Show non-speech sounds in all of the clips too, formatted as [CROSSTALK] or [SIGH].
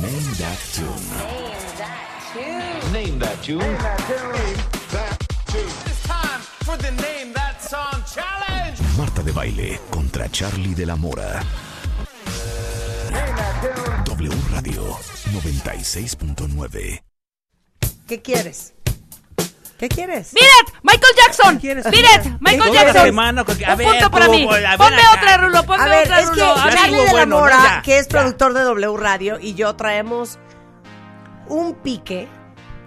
Name that tune. Name that tune. It's time for the Name That Song Challenge. Marta de baile contra Charlie de la Mora. W Radio 96.9. ¿Qué quieres? ¿Qué quieres? Beat it, Michael Jackson. ¿Quieres? Beat it, Michael Toda la Jackson. semana, porque- a Un ver, punto para tú, mí. pues, a ver Ponme acá. otra, Rulo. pues Ponme A ver, otra, es que Rulo. A Charlie ver, estuvo de la bueno, ¿no? Mora, Ya, que es ya. productor de W Radio, y yo traemos un pique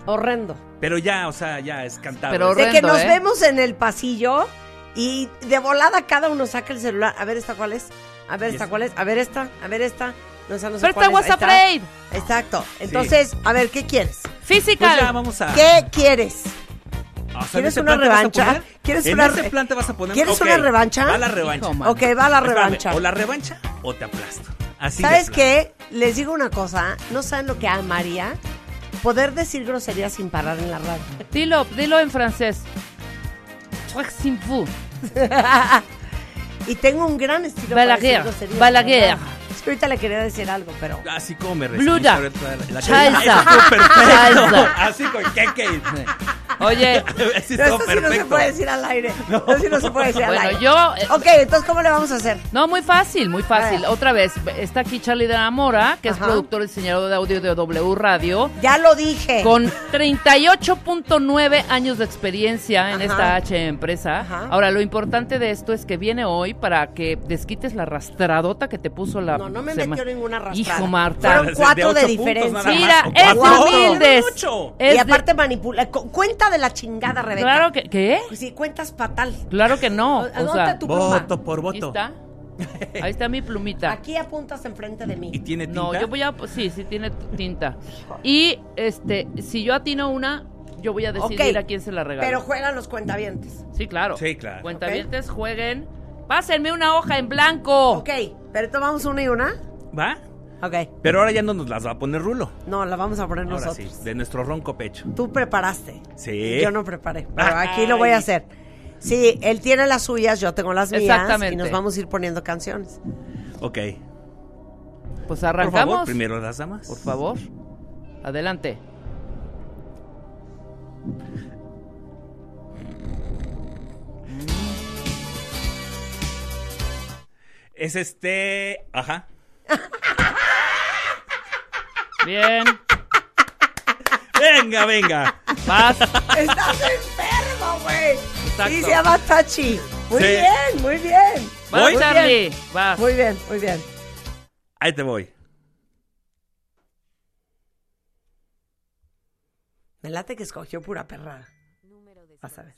horrendo. Pero ya, o sea, ya es cantable. de Pero- que Horrendo, nos ¿eh? vemos en el pasillo y de volada cada uno saca el celular. A ver, ¿esta cuál es? A ver, ¿esta Yes. cuál es? A ver, ¿esta? A ver, ¿esta? No, esa no sé Pero cuál esta es. was Ahí está. afraid. Exacto. Entonces, a ver, ¿qué quieres? Physical. Pues ya, vamos a... ¿Qué quieres? O sea, ¿en ¿Quieres ese una plan te vas a revancha? poner? ¿Quieres ¿En una ese re- plan te vas a poner? ¿Quieres Ok, una revancha? Va la revancha. Hijo, man. Ok, va la Espérame, revancha. O la revancha o te aplasto. Así de ¿Sabes plano. qué? Les digo una cosa. No saben lo que amaría poder decir groserías sin parar en la radio. Dilo, dilo en francés. Truc sin fou. Y tengo un gran estilo Balaguer, para decir groserías. Balaguer. la verdad. Es que ahorita le quería decir algo, pero... Así como me Bluda. recibiste ahorita la- Chalsa. Eso [LAUGHS] estuvo perfecto. Chalsa. [LAUGHS] Así con qué qué. Ah. [LAUGHS] Oye, Así estuvo No, esto sí no se perfecto. puede decir [LAUGHS] al aire. Esto sí no se puede decir al bueno, aire. yo. eh, Ok, entonces, ¿cómo le vamos a hacer? No, muy fácil, muy fácil. A ver. Otra vez, está aquí Charlie de la Mora, que Ajá. es productor y diseñador de audio de W Radio, Ya lo dije. con 38.9 años de experiencia en Ajá. esta H empresa. Ajá. Ahora, lo importante de esto es que viene hoy para que desquites la rastradota que te puso la No, no me sema- metió ninguna rastrada. Hijo Marta. Fueron cuatro de ocho diferencia. puntos nada más. Mira, ¿O es cuatro? de humildes. Ocho. Es y de- aparte manipula. cu- Cuenta de la chingada, Rebeca. Claro que ¿qué? Pues sí, cuentas fatal. Claro que no. ¿A- a O dónde sea, tu pluma? Voto por aquí voto. está. Ahí está mi plumita. Aquí apuntas enfrente de Y mí. tiene tinta. No, yo voy a. pues, Sí, sí tiene t- tinta. Y este, si yo atino una, yo voy a decidir Ok, a quién se la regalo. Pero juegan los cuentavientes. sí, claro. Sí, claro. Cuentavientes, jueguen. Pásenme una hoja en blanco. Ok, pero tomamos una y una. ¿Va? Ok. Pero ahora ya no nos las va a poner Rulo. No, la vamos a poner Ahora nosotros. sí, de nuestro ronco pecho. Tú preparaste. Sí. Yo no preparé, pero aquí lo voy a Ay. hacer. Sí, él tiene las suyas, yo tengo las mías. Exactamente. Y nos vamos a ir poniendo canciones. Ok. Pues Por arrancamos. favor, primero las damas. Por favor. Adelante. Es este. Ajá. Bien. Venga, venga. Vas. ¡Estás enfermo, güey! Exacto. Sí, se llama Tachi. Muy Sí. bien, muy bien. Vas, Voy. Charlie. Vas. Muy bien, muy bien. Ahí te voy. Me late que escogió pura perra. Vas a ver.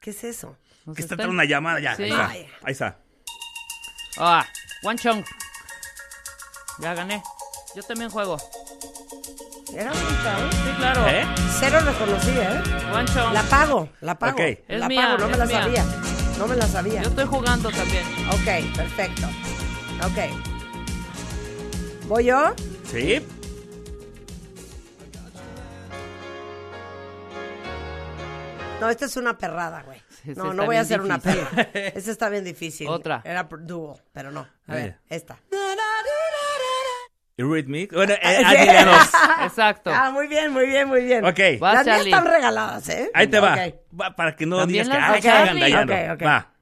¿Qué es eso? Nos Que está están- entrando una llamada ya. Sí. Ahí está. Ay. Ahí está. Ah, one chunk. Ya gané. Yo también juego. Sí, Era bonita, ¿eh? claro. ¿Eh? Cero reconocí, ¿eh? One chunk. La pago, la pago. Ok. Es La mía, pago, no me es la mía. sabía. No me la sabía. Yo estoy jugando [LAUGHS] también. Ok, perfecto. Ok. ¿Voy yo? Sí. No, esta es una perrada, güey. Sí, esta No, está no voy a bien hacer una difícil. [LAUGHS] perra. Esta está bien difícil. Otra. Era pr- dúo, pero no. A ver, Oye. esta. Rhythmic. Bueno, eh, Ah, sí. Adina [LAUGHS] dos. Exacto. Ah, muy bien, muy bien, muy bien. Ok. Va, Las mías Charlie. están regaladas, ¿eh? Ahí te va. Ok. Va, Para que no También digas que. las Ay, de que hagan Charlie. Dayano. Ok, ok. Va.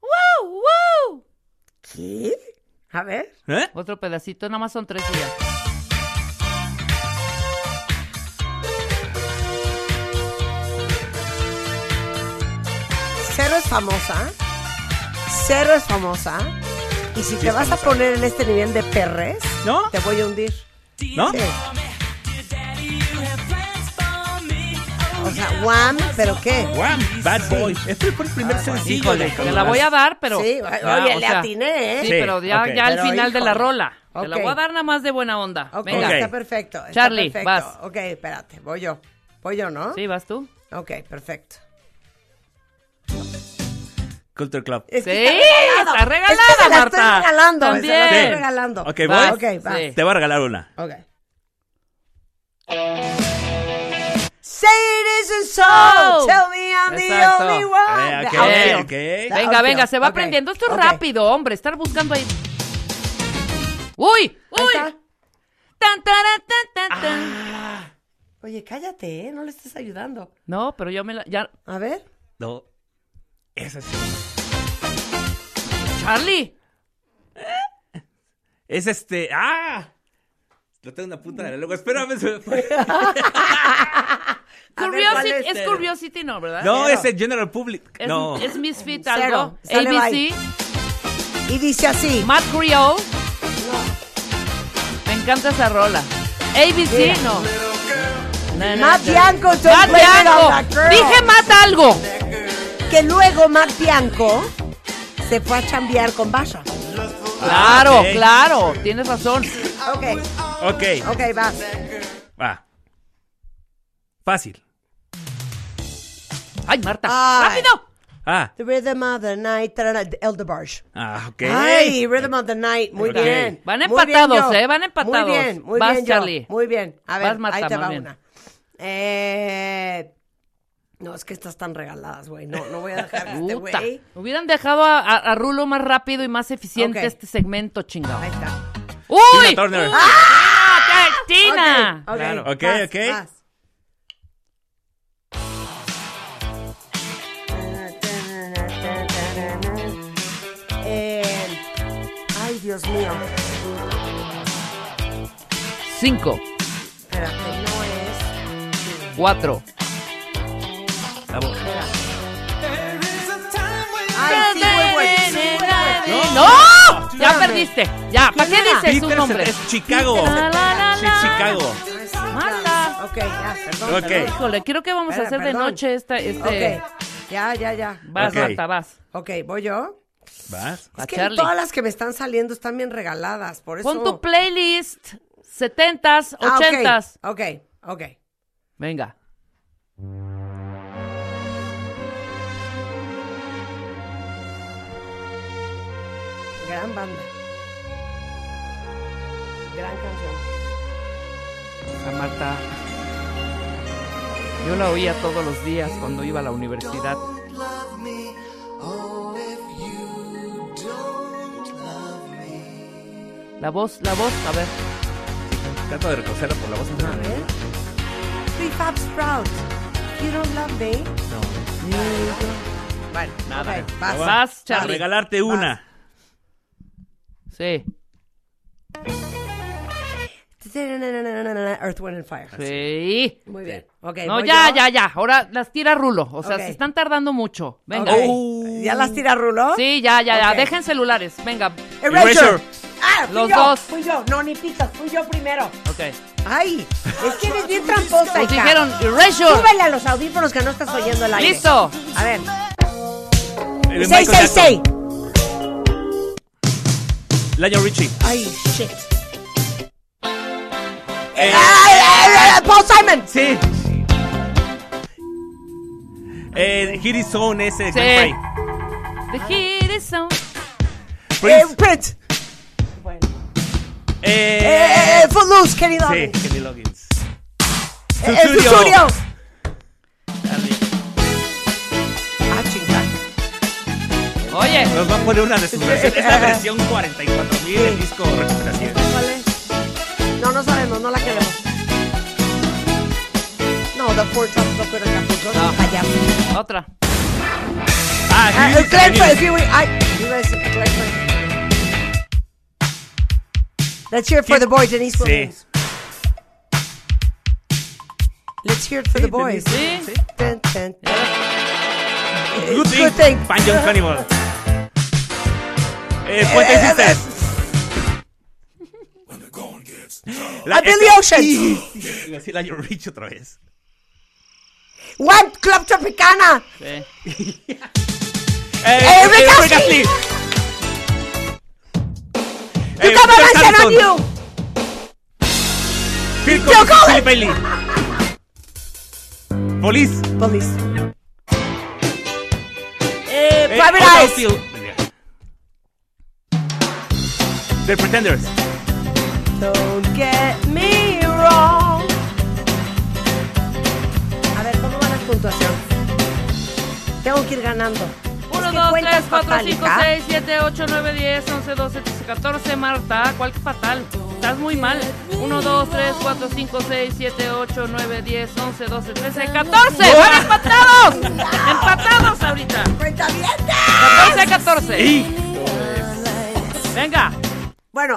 ¡Wow! ¡Wow! ¿Qué? A ver. ¿Eh? Otro pedacito, nada más son tres días. Cero es famosa. Cero es famosa. Y si te es vas famosa. a poner en este nivel de perres, ¿No? te voy a hundir. ¿No? Sí. O sea, guam, ¿pero qué? Guam, Bad Boy. Este fue el primer sencillo Ah, Híjole, de te la voy a dar, pero. Sí, oye, Ya, o le sea, atiné, ¿eh? Sí, Sí, pero ya, ok. ya al Pero, final de la híjole. rola. Te la Ok. voy a dar nada más de buena onda. Ok, Venga. está perfecto. está Charlie, perfecto. vas. Ok, espérate, voy yo. Voy yo, ¿no? Sí, vas tú. Ok, perfecto. Culture Club. Es que Sí, está regalada, Es que se la Marta. estoy regalando. se la También. estoy regalando. Ok, voy. Ok, va. Sí. Te voy a regalar una. Ok. Say it isn't so. Tell me I'm Exacto. the only one. Eh, ok, Ah, ok. ok. Ah, Venga, ok, venga, se va ok, aprendiendo. Esto es ok. rápido, hombre. Estar buscando ahí. ¡Uy! Ahí ¡Uy! está. Ah. Tan, tarán, tan, tan, tan. Ah. Oye, cállate, ¿eh? No le estés ayudando. No, pero yo me la. Ya. A ver. No. Esa sí. ¡Charlie! Es este. ¡Ah! Lo tengo en la punta de la lengua. Espérame, se me fue. A ver, ¿cuál Curiosity, es? es Curiosity, no, ¿verdad? No, Cero. es el General Public. Ah, Es, no. es Misfit Cero. algo. Sale ABC. Y dice así. Matt Creole. Me encanta esa rola. ABC, no. No, no, Matt no. Bianco, Don't Matt blame it on Bianco. that girl. Dije Matt algo. Que luego Matt Bianco se fue a chambear con Basha. Ah, Claro, ok. claro. Tienes razón. Ok, Ok, ok, vas. va. Fácil. Ay, Marta. Ay. ¡Rápido! Ah. The Rhythm of the Night, tarara, de Eldebarge. Ah, ok. Ay, Rhythm of the Night, muy Ok. bien. Van Muy bien, yo. empatados, ¿eh? Van empatados. Muy bien, muy Vas, bien, yo. Charlie. Muy bien. A ver, Vas, Marta, ahí te más va bien. una. Eh, No, es que estas están regaladas, güey. No, no voy a dejar que este Puta. güey. Hubieran dejado a, a- a Rulo más rápido y más eficiente Ok. este segmento, chingado. Ahí está. ¡Uy! Tina Turner. ¡Uy! ¡Tina! ¡Tina! Ok, Claro. Ok, vas, ok. vas. Eh, ay, Dios mío. Cinco, Espérate, no es. cuatro. La voz. Ay, sí, güey, güey. sí, güey, güey. ¡No! Ya perdiste. Ya, ¿para qué ¿Quién era? dices su Peter nombre? es Chicago. La, la, la, Sí, la. Chicago. Marta. Ok, ya, perdón. Ok. perdón. Híjole, creo que vamos a Espera, hacer de perdón. noche esta, este... Ok. Ya, ya, ya. Vas, Ok. Marta, vas. Ok, voy yo. ¿Vas? A Es que Charlie. todas las que me están saliendo están bien regaladas, por eso. Pon tu playlist. Setentas, Ah, ok, ochentas. Ok, ok. Venga. Gran banda. Gran canción. A Marta. Yo la oía todos los días cuando iba a la universidad. La voz, la voz, a ver. Trato de reconocerlo por la voz. A ver. ¿Eh? Three Fab Sprouts. You don't love me. Bueno, Nada. ok, vas. Vas, Para Charlie. regalarte una. Sí, Earth, Wind and Fire. sí. Muy bien. Ok, No, Ah, Eh, voy ya, yo. ya, ya. Ahora las tira Rulo. O sea, Ok. se están tardando mucho. Venga. Oh. Ok. ¿Ya las tira Rulo? Sí, ya, ya, ya. Ok. Dejen celulares. Venga. Erasure. Erasure. Ah, fui Los yo, dos. Fui yo. No, ni picas. Fui yo primero. Ok. Ay, es que eres bien tramposa, [LAUGHS] Nos hija. dijeron Erasure. Súbele a los audífonos que no estás oyendo el aire. Listo. A ver. El Michael Jackson. 666. Lionel Richie. Ay, shit. Eh, Ay, ay, ay, ay, Paul Simon. sí. Eh, Hit Is On ese. de Sí. Green The hit is on. Day. Eh, Prince. Prince. Eh, Eh, Footloose, querido. sí, Eh, Kenny Loggins. eh, Susudio. Susudio. Ah, chingada. Oye. Nos va a poner una de sus versiones. Esta versión 44.000 del disco Recuperación. ¿Cuál es? No, no sabemos, no la queremos. No, Ah, The Four Tops of Good Acapulco. No, No. payaso. Otra. Ah, Ah, el Clayton, el Huey. Ay, iba a decir Clayton. Let's hear it for the boys, Denise Sí. Williams. Let's hear it for the boys. Sí. Tan, tan, tan. Good Good Thing. Thing. Pan Young Cannibal. Eh, Puente Eh, Sisters. La- A Ah, Billy esta- Ocean. Sí. Iba a decir Lionel Richie otra vez. One Club Tropicana. Sí. Eh, Eh, Rick eh, Astley. Eh, You got my Peter attention on Harrison. you. Phil Phil Collins, Collins. Philip Bailey. Police. Police. Eh, Private Otis Eyes. Seal. The Pretenders. Don't get me wrong. A ver, ¿cómo va la puntuación? Tengo que ir ganando. Por las que 1, 2, cuentas 3, 4, 5, fatal, hija. 6, 7, 8, 9, 10, 11, 12, 13, 14. Marta, ¿cuál que fatal? Estás muy mal. 1, 2, 3, 4, 5, 6, 7, 8, 9, 10, 11, 12, 13, 14. ¡Van empatados! ¡Empatados ahorita! ¡14, 14! ¡Y! ¡Venga! Bueno,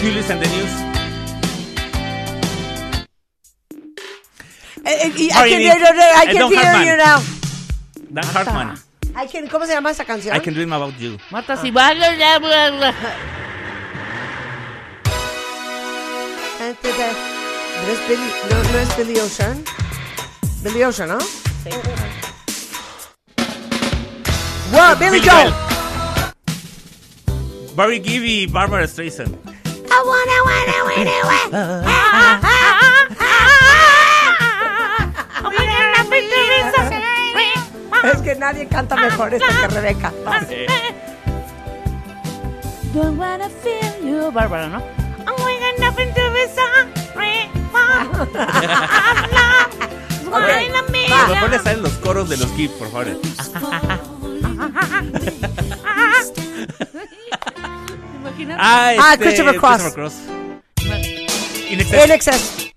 Julius and the News. eh, eh, y I Sorry, can, Nick. I I can don't hear have you man. now. Dan Hartman. I can- ¿Cómo se llama esa canción? I can dream about you. Marta, si va, bla, bla, bla, bla. Eh, Pero es Billy, no, no es Billy Ocean. Billy Ocean, ¿no? Sí. Wow, Billy Billy Joel. Barry Gibb y Barbara Streisand. Es que nadie canta mejor esta que Rebeca. Eh, Don't wanna feel you, Bárbara, ¿no? Cuando Ah, pones salen los coros de los Gibb, por favor. Imagínate. [LAUGHS] Ah, Ah, este, Christopher Cross. In Excess. En exceso.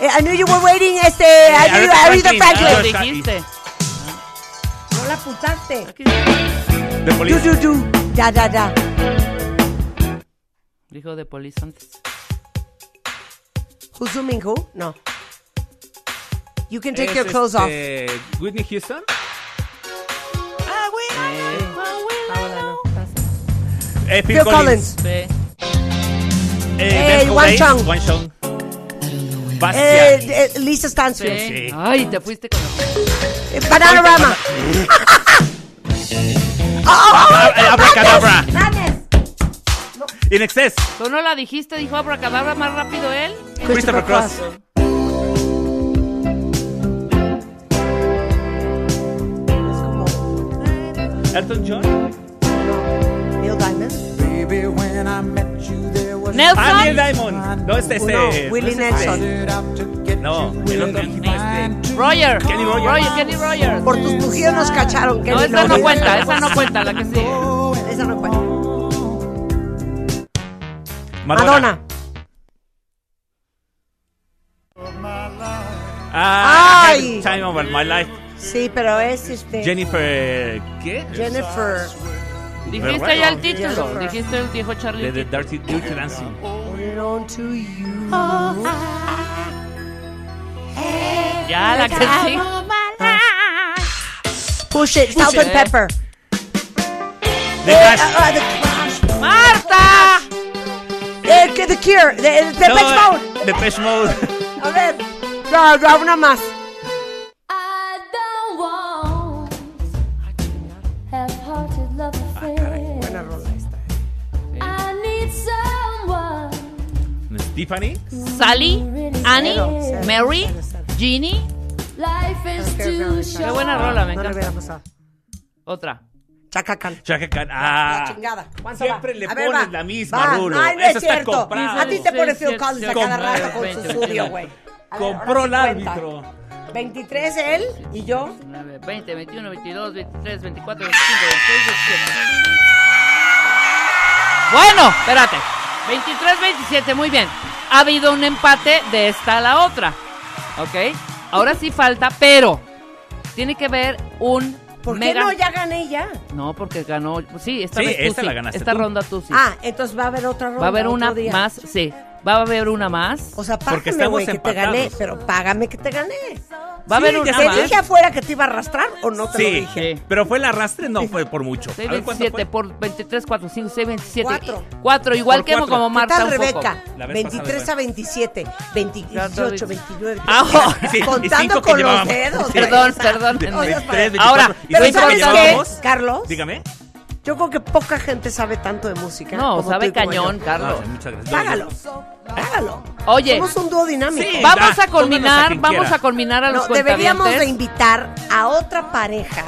I knew you were waiting, este. I knew you Aretha Aretha Franklin. Lo Franklin. Aretha- dijiste. No la apuntaste. Aquí- The Du, Police. du, du. Da, da, da. Dijo de polis antes. Who's zooming who? No. You can take Es your clothes off. este, Whitney Houston. Ah, Ahora no. Eh, Phil Phil Collins. Sí. Eh, Ey, Ben Wang Cobain, Chung. Wang Chung. Basia. Eh, eh, Lisa Stansfield. Sí. Sí. Ay, te fuiste con la- Eh, Bananarama. Oh, Ah, eh, Abracadabra. In Excess. Tú no la dijiste, dijo abracadabra más rápido él. Christopher Cross. Es como Elton John. Neil Diamond. Pues, Ah, Neil Nelson. Diamond. No, este, este. No, no, Willie este, Nelson. No, el otro. no, este. Roger. Kenny Rogers. Roger, Kenny Rogers. Por tus mujeres nos cacharon. Ah. No, Kenny esa no Loggins. cuenta, esa no cuenta, la que sigue. Esa no cuenta. Madonna. Madonna. Ah, Ay. Time Over My Life. Sí, pero es este. Jennifer. ¿Qué? Jennifer. Dijiste bueno. ya el título. Dijiste el viejo Charlie. De The Dirty, Dirty Dancing. Eh, Hold on to you. Ya, la que sigue. Push it, salt and it. pepper. Eh. The Eh, Clash. ah, ah, the, ¡Marta! Ah. eh, que- the Cure. The, the, the Pitch eh, Mode. The Pitch Mode. A ver. No, no, una más. I don't want half-hearted love affair. Ah, Buena rola esta. eh. I need someone [LAUGHS] Tiffany. Sally, Annie, Cero, cero, Mary, cero, cero. Ginny. life is too Qué short. buena rola, me No le encanta. hubiera pasado. Otra. Chacacan. Chaka Khan. Ah. La chingada. ¿Cuánto Siempre va? le A ver, pones va. la misma, Va. Rulo. Ay, no Eso es está cierto. comprado. A ti te pone Sí, Phil sí, Collins a sí, cada comprado. rato con su Veinte, estudio, veinte, güey. A ver, Compró el ahora sí cuenta. árbitro. 23 él y yo. 9, 20, 21, 22, 23, 24, 25, 26, 27. Bueno, espérate. 23, 27, muy bien. Ha habido un empate de esta a la otra. ¿Ok? Ahora sí falta, pero tiene que ver un ¿Por qué mega. no? Ya gané ya. No, porque ganó. Sí, esta Sí, vez tú esta sí. la ganaste Esta tú. ronda tú sí. Ah, entonces va a haber otra ronda. Va a haber otro una día. más, sí. Va a haber una más. O sea, Porque págame, estamos güey, que te gané, empatados. pero págame que te gané. Va a haber Sí, una ya más. ¿Te dije afuera que te iba a arrastrar o no te lo Sí, dije? dije. pero fue el arrastre, no fue por mucho. Seis, A ver, ¿cuánto 27 fue? por 23, 4, 5, 6, 27. Cuatro. 4, igual Por que cuatro. como ¿Qué ¿Qué Marta. tal, un poco. Rebeca? La vez 23 pasada a 27, 28, 29. Ah, oh. Y sí, y contando cinco con que los llevábamos. dedos. [LAUGHS] Perdón, güey, o sea, perdón. De- o sea, [LAUGHS] Oye, 23, para- Ahora, 24, y Pero ¿sabes cuánto ¿sabes lo importante qué, llevábamos? Carlos? Dígame. Yo creo que poca gente sabe tanto de música. No, como tú sabe y como cañón, yo. Carlos. Ah, muchas gracias. Págalo, págalo. Oye, Somos un dúo dinámico. Sí, vamos va, a pónganos a combinar, quien vamos quiera. a combinar a los No, deberíamos de cuentavientes. invitar a otra pareja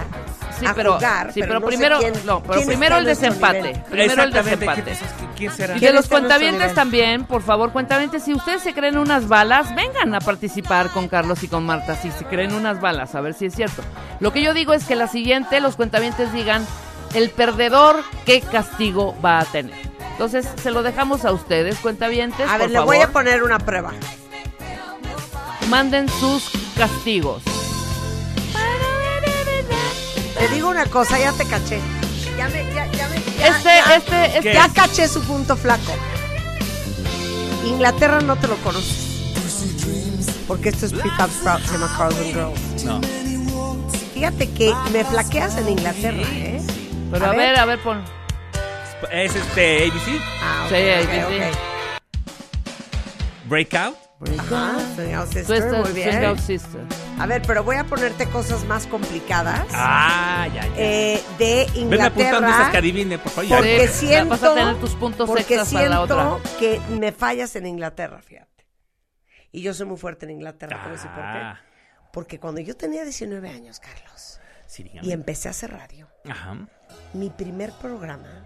Sí, a pero, jugar. sí, pero, no sé primero, quién- no, pero quién primero está el a nuestro desempate. nivel. Primero el Exactamente, ¿qué desempate. piensas que- ¿Quién será? Y ¿Quién de los está a nuestro cuentavientes nivel? también, por favor, cuentavientes, si ustedes se creen unas balas, vengan a participar con Carlos y con Marta, si se creen unas balas, a ver si es cierto. Lo que yo digo es que la siguiente, los cuentavientes digan, el perdedor, ¿qué castigo va a tener? Entonces, se lo dejamos a ustedes, cuentavientes, A ver, por le favor, voy a poner una prueba. manden sus castigos. Te digo una cosa, ya te caché. Ya me, ya, ya me. ya- Este, ya- este, este... ¿Qué? Ya caché su punto flaco. Inglaterra no te lo conoces. Porque esto es Pit Up Sprout, se llama Girls and Girls. No. Fíjate que me flaqueas en Inglaterra, ¿eh? Pero a ver, a ver, pon... Es este ABC, Ah, ok, Sí, ahí ok, dice. ok. Breakout. Ajá, Swing Out Sister, Tú estás muy bien. Swing Out Sister. A ver, pero voy a ponerte cosas más complicadas Ah, ya, ya. eh, de Venme apuntando esas que Inglaterra. adivine, por favor. Ya. Porque Sí, siento, vas a tener tus puntos porque extras para siento la otra. que me fallas en Inglaterra, fíjate. Y yo soy muy fuerte en Inglaterra, te voy a decir por qué. Ah, Porque cuando yo tenía 19 años, Carlos, sí, dígame. y empecé a hacer radio, Ajá. mi primer programa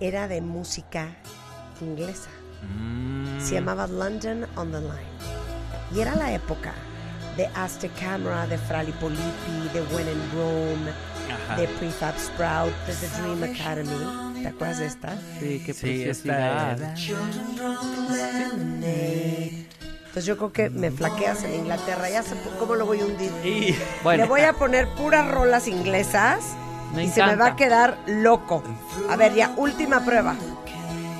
era de música inglesa. Se llamaba London on the Line. Y era la época de Aztec Camera, de Frali Polippi, de When in Rome, Ajá. de Prefab Sprout, de The Dream Academy. ¿Te acuerdas de esta? Sí, qué Sí, esta preciosidad. Entonces yo creo que me flaqueas en Inglaterra. Ya sé por- cómo lo voy a hundir. Y Bueno. Le voy a poner puras rolas inglesas Me y se me va encanta. a quedar loco. A ver, ya, última prueba.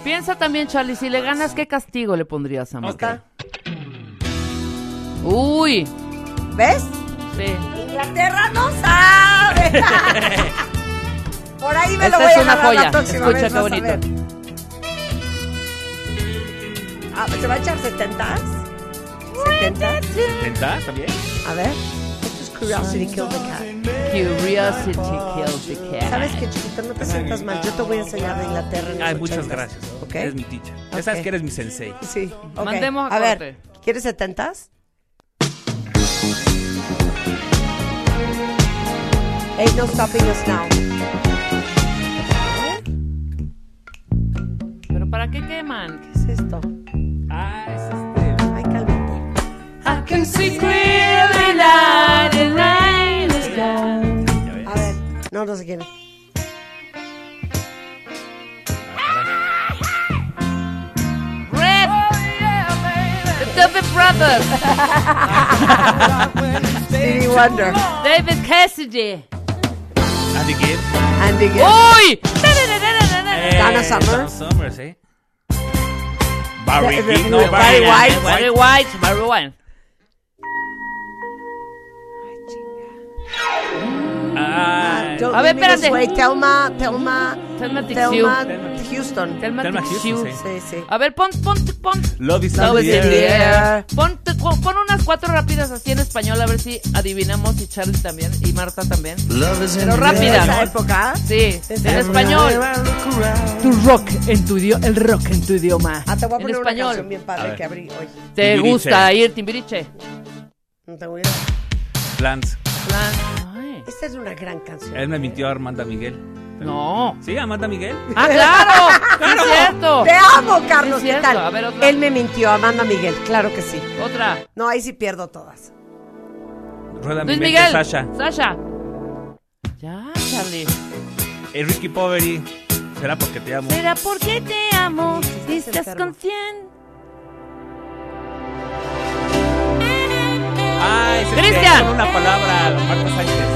Piensa también, Charlie, si le ganas, ¿qué castigo le pondrías a Marta? Está. Uy, ¿Ves? sí. Inglaterra no [LAUGHS] sabe. Por ahí me Esta lo voy es a una ganar joya. la próxima Escucha vez, vas qué a bonito. ver. Ah, ¿Se va a echar 70s? 70s. ¿Tentas también? A ver. Esto es Curiosity Killed the Cat. Curiosity kills the cat. ¿Sabes que chiquito? No te sientas mal. Yo te voy a enseñar de Inglaterra. en los Ay, Ah, muchas 80s. gracias. ¿Ok? Eres mi teacher. Ya sabes Ok. que eres mi sensei. Sí. ok. Mandemos a a ver, corte. ¿quieres 70s? Ain't no stopping us now. ¿Pero para qué queman? ¿Qué es esto? Ah, es este. Ay, cálmate. I can see clearly light and rain is gone. A ver, no, no sé quién. es. Red. The Duffy Brothers. Stevie Wonder. David Cassidy. Andy Gibb. Andy Gibb. Uy. Eh, Donna Summer. Donna Summer, sí. ¿eh? Barry Eh, Gibb. No, Barry White. Barry White. Barry White. Ah, Don't A ver, Leave Me This Way, espérate. Thelma, Thelma, Thelma Tixiu. Thelma Houston. Thelma Ah, Thelma Tixiu. Houston, sí. Sí, sí. A ver, pon, pon, pon. Love is in the Love is in the air. air. Pon, te- pon- pon unas cuatro rápidas así en español a ver si adivinamos y Charlie también y Marta también. Pero De esa rápida. época. Sí, en español. Tu rock en tu idioma, el rock en tu idioma. Ah, te voy a En poner una español. canción bien A padre ver. que abrí hoy. ¿Te Timbiriche. gusta ir Timbiriche? No te voy a ir. Plants. Plan. Ay, Esta es una gran canción. Él me mintió Armanda Miguel. No. ¿Sí, Amanda Miguel? Ah, [LAUGHS] claro. Sí, es cierto. Te amo, Carlos. Sí, ¿Qué cierto. tal? A ver, otra. Él me mintió, Amanda Miguel. Claro que sí. Otra. No, ahí sí pierdo todas. Rueda mi Luis mente, Miguel. Sasha. Sasha. Ya, Charlie. Eh, Ricky Poverty. Será porque te amo. ¿Será porque te amo? Si Estás estás enfermo. consciente. Ah, ese Cristian. Con una palabra, Marta Sánchez.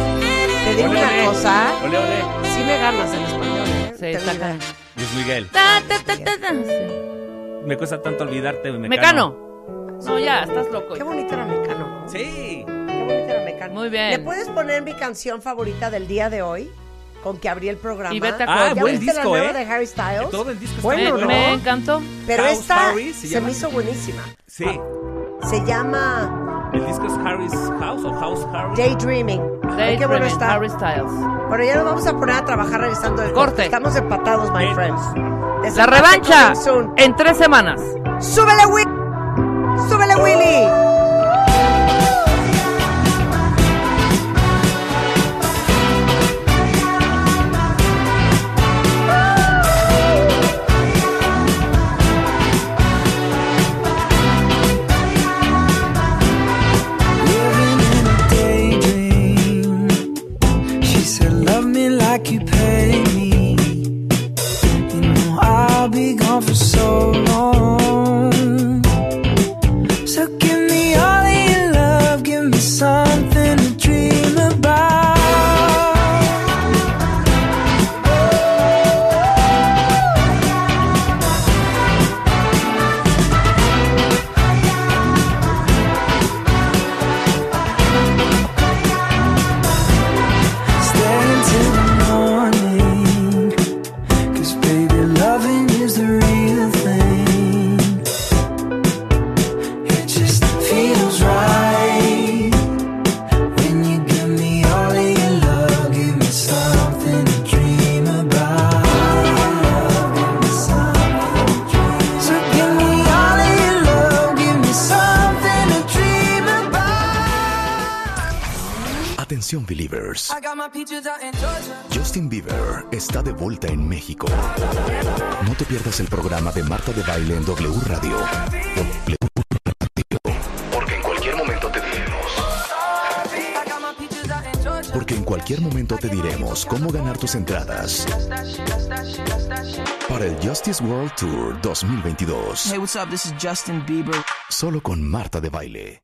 Te digo Ole, una ole. cosa. Ole, ole. Sí me ganas en español. ¿eh? Sí, Te está digo. acá. Luis Miguel. Ta, ta, ta, ta, ta. Sí. Me cuesta tanto olvidarte. Mecano. Mecano. No, ya, estás loco. Qué bonito era Mecano. ¿no? Sí. Qué bonito era Mecano. Muy bien. ¿Le puedes poner mi canción favorita del día de hoy? Con que abrí el programa. Y vete a Ah, corte. ¿Ya buen viste la disco, nueva ¿eh? de Harry Styles? Todo el disco está Bueno, me, ¿no? me encantó. Pero House esta Harry, se se, llama. me hizo buenísima. Sí. Se llama El disco es Harry's House o House Harry. Daydreaming. Ay, Qué bueno Daydreaming, está. Harry Styles. Bueno, ya nos vamos a poner a trabajar regresando del Corte. corte. Estamos empatados, my Bien. friends. La Desempate revancha coming soon. en tres semanas. ¡Súbele, Willy! ¡Súbele, Willy! Thank so long. So give me all of your love, give me something to dream about. Stay until the morning. 'Cause baby, loving is the real thing. It just feels right when you give me all of your love. Give me something to dream about. Give me something to dream. So give me all of your love. Give me something to dream about. Atención believers, I got my peaches out in Georgia. Justin Bieber está de vuelta en México. No te pierdas el programa de Marta de Baile en W Radio. W Radio. Porque en cualquier momento te diremos. I got my peaches out in Georgia. Porque en cualquier momento te diremos cómo ganar tus entradas That's that shit. That's that shit. That's that shit. para el Justice World Tour 2022. Hey, what's up? This is Justin Bieber. Solo con Marta de Baile.